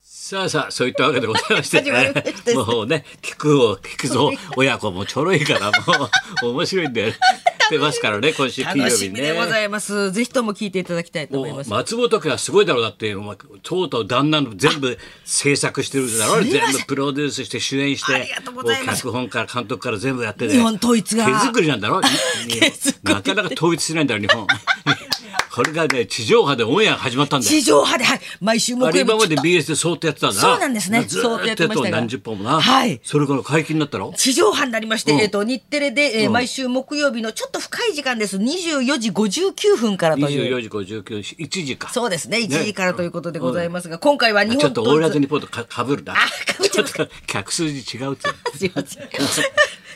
さあさあそういったわけでございまして、 始まりましたねもうね聞くを聞くぞ親子もちょろいからもう面白いんだよね出ますからね今週金曜楽日しみでごね。ざいます。ぜひとも聞いていただきたいと思いもまうす。松本家はすごいだろうだってお前とうとう旦那の全部制作してるんだろうすいませ全ん部プロデュースして主演してありがとうございますもう脚本から監督から全部やってて日本統一が手作りなんだろ日本手作りなかなか統一しないんだろ日本 これがね地上波でオンエアが始まったんだよ地上波で、はい、毎週木あれ曜今ま日。で BS でそうってやってたんだそうなんですねずーっとやってたそうのやってましたが何十本もな、はいそれから解禁になったろ地上波になりまして、うんえっ、と、日テレで、えー毎週木曜日のちょっと深い時間です。24時59分からという。 24時59時1時かそうですね、1時からということでございますが、今回はち日ょ本っとオールナイト統一。ニッポンとかかぶるなあ被っちゃいましちょっと客数字違うってすいません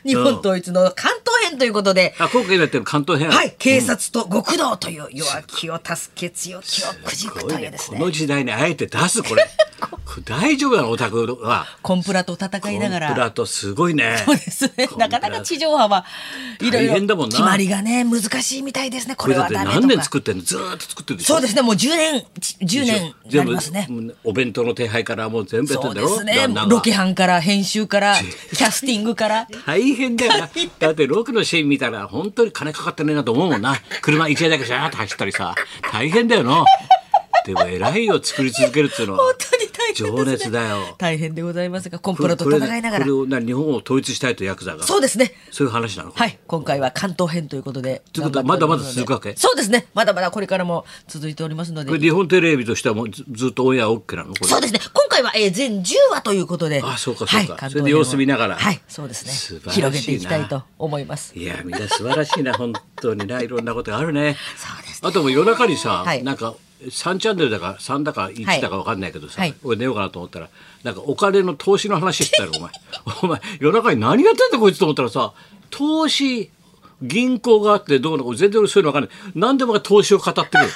日本統一の関東編ということで、あ今回やってる関東編はい、警察と極道という弱気を助け強気をくじくというですこね。の時代にあえて出すこれこれ大丈夫なのオタクはコンプラと戦いながコンプら。ラとすごいねそうですね。なかなか地上波はいろい大変だもんろな決まりがね難しいみたいですね。ここれだれっはてダメ何と年か。作ってんのずーっと作ってるでしょそうですね。もう10年10年にな全り部ますね。もうお弁当の手配からもう全部やってそんうだでろすね旦那。がロケ班から編集からキャスティング から。大変だよな。だってロケのシーン見たら本当に金かかってねえなと思うもんな。車一台だけシャーッと走ったりさ。大変だよな。でも偉いよ、作り続けるっていうのは本。当に大変ですね。情熱だよ大変でございますがコンプこれラと戦いながこられ。をな日本を統一したいとヤクザが。そうですね。そういう話なの。はい、今回は関東編ということで。ということは頑張っておりまだまだすので続くわけそうですね。まだまだこれからも続いておりますのでこれ。日本テレビとしてはもうずずっとオンエア OK なのこれそうですね。今回は、えー、全10話ということで。あそうかそうかはい、関東それで編を様子見ながらはい、そうです素晴ねら。しいな広げていきたいと思います。いやみんな素晴らしいな本当に ないろんなことがあるね。そうですねあともう夜中にさ、はいなんか3チャンネルだか3だか1だか分かんないけどさ、はい俺寝ようかなと思ったらなんかお金の投資の話してたよお前 お前夜中に何やってんだこいつと思ったらさ投資銀行があってどうのこうの全然俺そういうの分かんない何でも投資を語ってる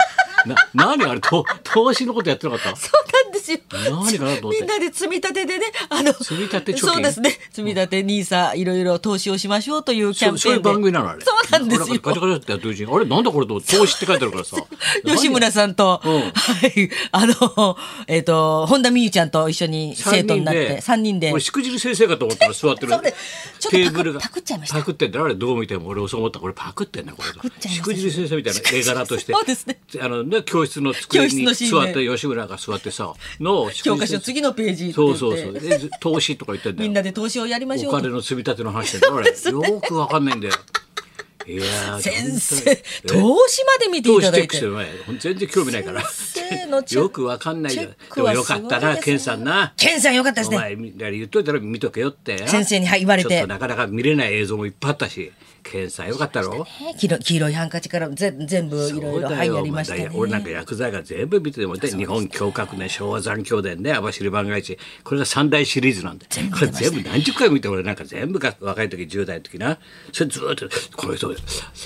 な何あれと投資のことやってなかったそうなんですよ。何かなと思ってみんなで積み立てでね、あの、積み立て貯金そうですね。積み立てニーサいろいろ投資をしましょうというキャンペーンそそで。ういう番組なのあれそうなんです俺よん。かガチャガチャってやってるうちにあれなんだこれと思って投資って書いてあるからさ 吉村さんと、うんはい、あの、えっ、と、本田美優ちゃんと一緒に生徒になって、3人で俺。しくじり先生かと思ったら座ってるそうでちょっとパクテーブルがパクっちゃいましたパクってんだあれどう見ても俺そう思ったこれパクってんなこれパクっちゃいましたしくじり先生みたいな絵柄としてそうですねあのね教室の机に教室のシー座ンっでて吉村が座ってさのしくじり先生教科書次のページってそ言っうてそうそうでず投資とか言ってんだみよんなで投資をやりましょおうと金。の積み立ての話だよあれよくわかんないんだよいやー先生本当にえ投資まで見てい投た資だチェいックてしてる前全然興味ないから先生のチ ェックよくわかんないよチェッでクもはよかったなすごいですねケンさんなケンさんよかったですおね前みたいに言っといたら見とけよって先生にはい言われてちょっとなかなか見れない映像もいっぱいあったし検査よかったろね黄色黄色いハンカチからぜ全部いろいろそうはだいやよりましたねまあ俺なんか薬剤が全部見ててもで日本教革ね昭和残教伝ね網走番外地これが三大シリーズなんで全部こ見れてました全部何十回も見て俺なんか全部が若い時10代の時なそれずーっとこの人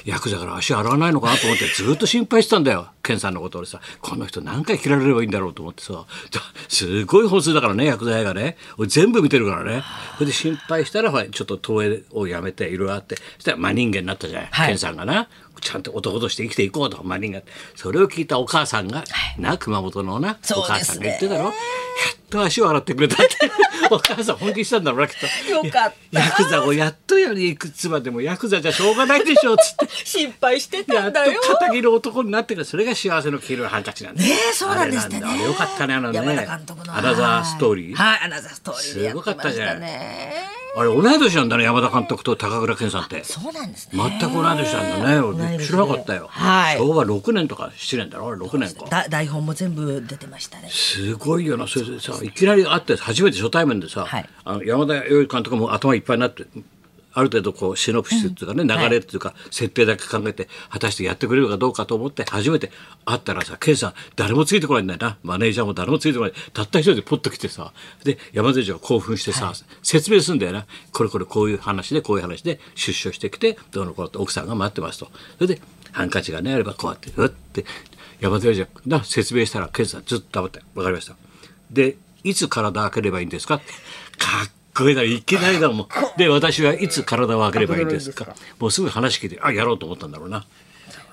薬剤から足洗わないのかなと思ってずーっと心配してたんだよ健さんのこと俺さこの人何回切られればいいんだろうと思ってさすごい本数だからね薬剤がね俺全部見てるからねそれで心配したらほらちょっと投影をやめていろいろあってそしたら真人間になったじゃない、はい健さんさんがなちゃんと男として生きていこうとマリンがそれを聞いたお母さんが、な熊本のな、そおうで母さんすねが言ってたろやっと足を洗ってくれたって お母さん本気にしたんだろうなきっとよかったヤクザをやっとやりいくつまでもヤクザじゃしょうがないでしょうつって心配してやたっんだとよ片桐の男になってからそれが幸せの黄色いハンカチなんだねえそうなんですってねあれなんだあれよかったねあのね山田監督のアナザーストーリーはいアナザーストーリーでやってましたすごかったねあれ同い年なんだね山田監督と高倉健さんってそうなんですね全く同い年なんだね同い俺年で知らなかったよ、はい昭和6年とか7年だろ6年かだ台本も全部出てましたねすごいよな、それでさ、いきなり会って、初めて初対面でさ、はいあの山田洋次監督も頭いっぱいになって。ある程度こうシノプシスっていうかね、流れっていうか、設定だけ考えて果たしてやってくれるかどうかと思って初めて会ったらさケンさん誰もついてこないんだよなマネージャーも誰もついてこないたった一人でポッと来てさで山田洋次が興奮してさ、説明するんだよなこれこれこういう話でこういう話で出所してきてどうのこうのって奥さんが待ってますとそれでハンカチがねあればこうやってうって山田洋次がな説明したらケンさんずっと黙って「分かりました」で、いつ体を開ければいいんですかってかっこいいだろ、いきなりだもん。で、私はいつ体を開ければいいんですかもうすぐ話聞いて、あ、やろうと思ったんだろうな。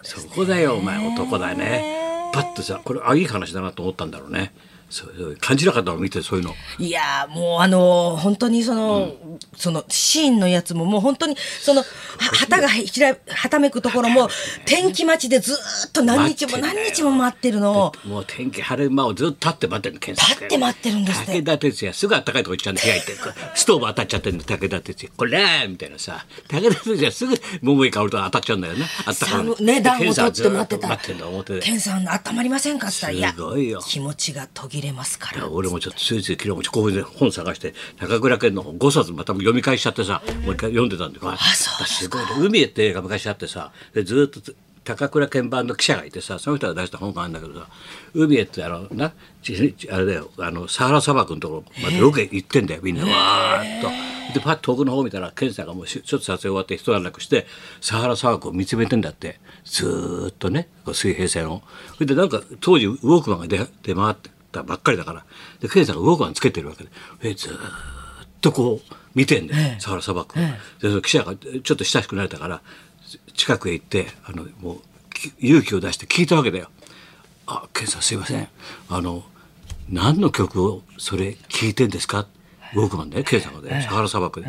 そこだよ、お前、男だね。パッとさ、これ、あ、いい話だなと思ったんだろうね。そう感じなかったの見てそういうのいやーもうあのー本当にその、そのシーンのやつももう本当にそのは旗がひらはためくところも天気待ちでずーっと何日待もってんだよ何日も待ってるのをもう天気晴れ間をずっと立って待ってるの検索立って待ってるんですって武田鉄矢すぐ暖かいとこ行っちゃうんで部屋行ってストーブ当たっちゃってるの武田鉄矢これーみたいなさ武田鉄矢すぐ桃井薫と当たっちゃうんだよねあったかい寒ね暖を取って待ってたってんだ表でケンさん温まりませんかって言ったらすごいよや気持ちが途切れますから俺もちょっとついつい昨日も興奮で本探して高倉健の5冊また読み返しちゃってさもう一回読んでたんであそうですごいね海へって映画昔あってさでずーっとつ高倉健版の記者がいてさその人が出した本があるんだけどさ海へってあのなちあれだよあのサハラ砂漠のところまでロケ行ってんだよみんなわーっと。でパッと奥の方見たら健さんがもうしちょっと撮影終わって一段落してサハラ砂漠を見つめてんだってずーっとねこう水平線を。それでなんか当時ウォークマンが出出回ってたばっかりだからで健さんがウォークマンつけてるわけでえずーっとこう見てんだよ、ええサハラ砂漠を。でその記者がちょっと親しくなれたから近くへ行ってあのもうき勇気を出して聞いたわけだよ。あ健さんすいませんあの何の曲をそれ聴いてんですかウォークマンで健さんがねサハラ砂漠で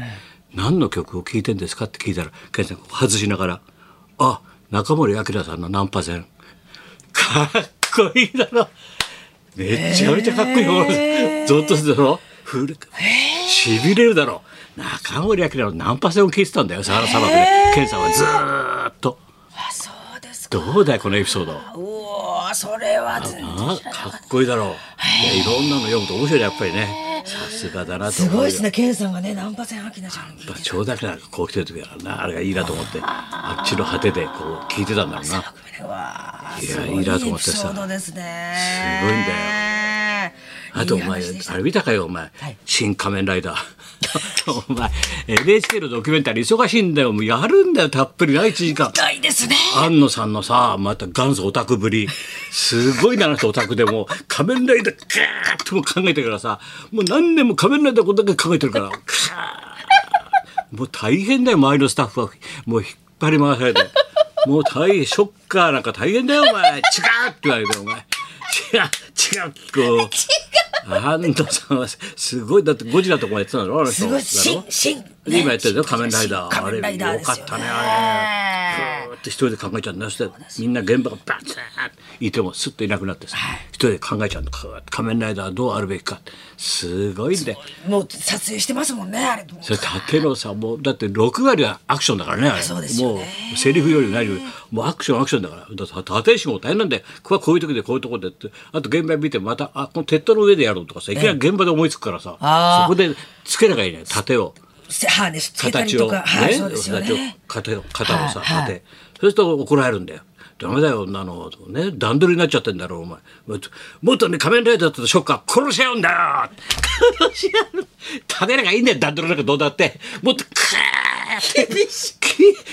何の曲を聴いてんですかって聞いたら健さんが外しながら「あ中森明菜さんのナンパ戦」かっこいいだろめちゃめちゃかっこいいよ、へーゾッとするだろふるしびれるだろ中森明菜のナンパ戦を聞いてたんだよサハラ砂漠で健さんはずーっとあそうですかどうだいこのエピソードうおーそれは全然あかっこいいだろう。いやいろんなの読むと面白いねやっぱりね。さすがだなとす思うよ。ごいですねケンさんがねナンパ戦アキナちゃんにやっぱ長蛇なんかこう来てる時だからなあれがいいなと思ってあっちの果てでこう聞いてたんだろうな。うわーいやすごいいなと思ってさエピソードですねすごいんだよあとお前いい話でしたあれ見たかよお前、はい新仮面ライダー あとお前 NHK のドキュメンタリー忙しいんだよもうやるんだよたっぷりな1時間痛いですね庵野さんのさまた元祖オタクぶりすごいなあの人オタクでもう仮面ライダーガーッとも考えてるからさもう何年も仮面ライダーのことだけ考えてるからガ ーッもう大変だよ周りのスタッフはもう引っ張り回されてもう大変ショッカーなんか大変だよお前違うって言われてお前 違う違うこう安野さんはすごいだってゴジラとかもやってたんだろあの人すごいだろ新新ね今やってるよ仮面ライダー新仮面ライダーですよねあれよかったねあれずーっと一人で考えちゃうんだよそしてみんな現場がバツーンいてもスッといなくなってさ、一人で考えちゃうんだ仮面ライダーはどうあるべきかってすごいんだよもう撮影してますもんねあれもうそれ立野さんもだって6割はアクションだからねあれそうですよねもうセリフより何よりもうアクションアクションだからだって立石も大変なんだよここはこういう時でこういうとこでってあと現場見てまたあこの鉄塔の上でやろうとかさいきなり現場で思いつくからさ、あーそこでつけなきゃいけない盾を。せハーネスつけたり形とを、かはいそうですよ形をね肩を肩をさ、はい立てそうすると怒られるんだよ。ダメだよ女の子ね段取りになっちゃってんだろお前もっともっとね仮面ライダーとショッカー殺し合うんだよ 殺し合う食べなきゃいいんだよ段取りなんかどうだってもっとクー厳しい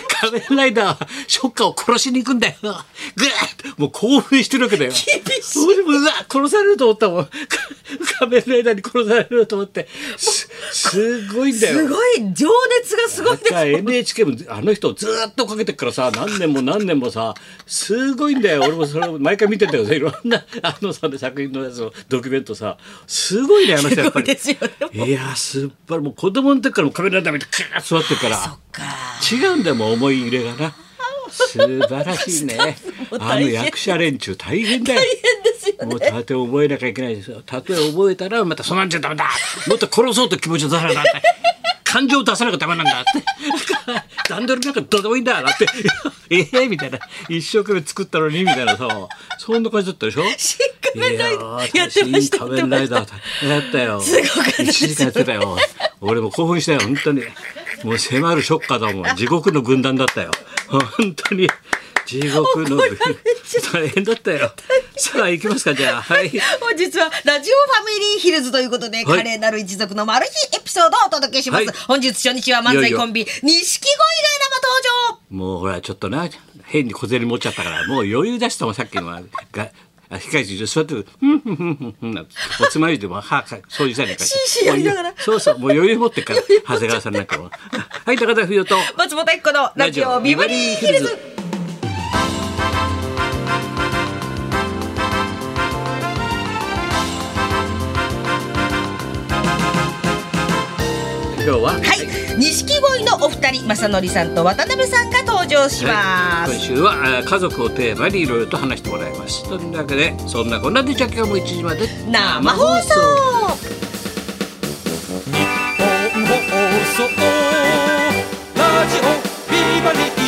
仮面ライダーはショッカーを殺しに行くんだよグーッもう興奮してるわけだよ厳しい俺もうわ殺されると思ったもん 仮面ライダーに殺されると思ってすすごいんだよすごい情熱がすごいですだから NHK もあの人をずーっとかけてっからさ何年も何年もさすごいんだよ俺もそれを毎回見てたよさいろんなあのさんの作品のやつのドキュメントさすごいねあの人やっぱり。すごいですよねもういやーすっぱりもう子供の時からもうカメラダメでカーッ座ってるからそっか違うんだよもう思い入れがな素晴らしいね も大変あの役者連中大変だよ大変ですよもうね盾を覚えなきゃいけないですよ。盾を覚えたらまたそんなんじゃダメだ。もっと殺そうという気持ちを出さなきゃダメ。感情を出さなきゃダメなんだって。段取りなんかどうでもいいんだだって。 ええみたいな。一生懸命作ったのにみたいなさ。そんな感じだったでしょ 新仮面ライダーやっていやー私ましたいい仮面ライダーやったよ。すごかったです一時間やってたよ。俺も興奮したよ、本当に。もう迫るショッカーだもん。地獄の軍団だったよ。本当に。地獄の軍団。大変だったよ。さあ、行きますか、じゃあ。はい。本日はラジオファミリーヒルズということで、はい華麗なる一族のマル秘エピソードをお届けします、はい本日初日は漫才コンビ錦鯉が生登もうほら、ちょっとな、変に小銭持っちゃったから、もう余裕出したもん、さっきのは。があ控え室に座ってる、ふんふんふんふんふんなんて、おつまみでも、歯か、掃除したりなんかして。シーシーやりながらそうそう、もう余裕持ってっから、長谷川さんなんかも。はい、高田冬と。場松本一子のラジオビバリーヒルズ「今日はははい、錦鯉のお二人、正則さんと渡辺さんが登場しまはいす。今週はあー家族をテーマにいろいろと話してもらいますというわけでそんなこんなでじゃあ今日も1時まで生放送。日本放送ラジオビバリー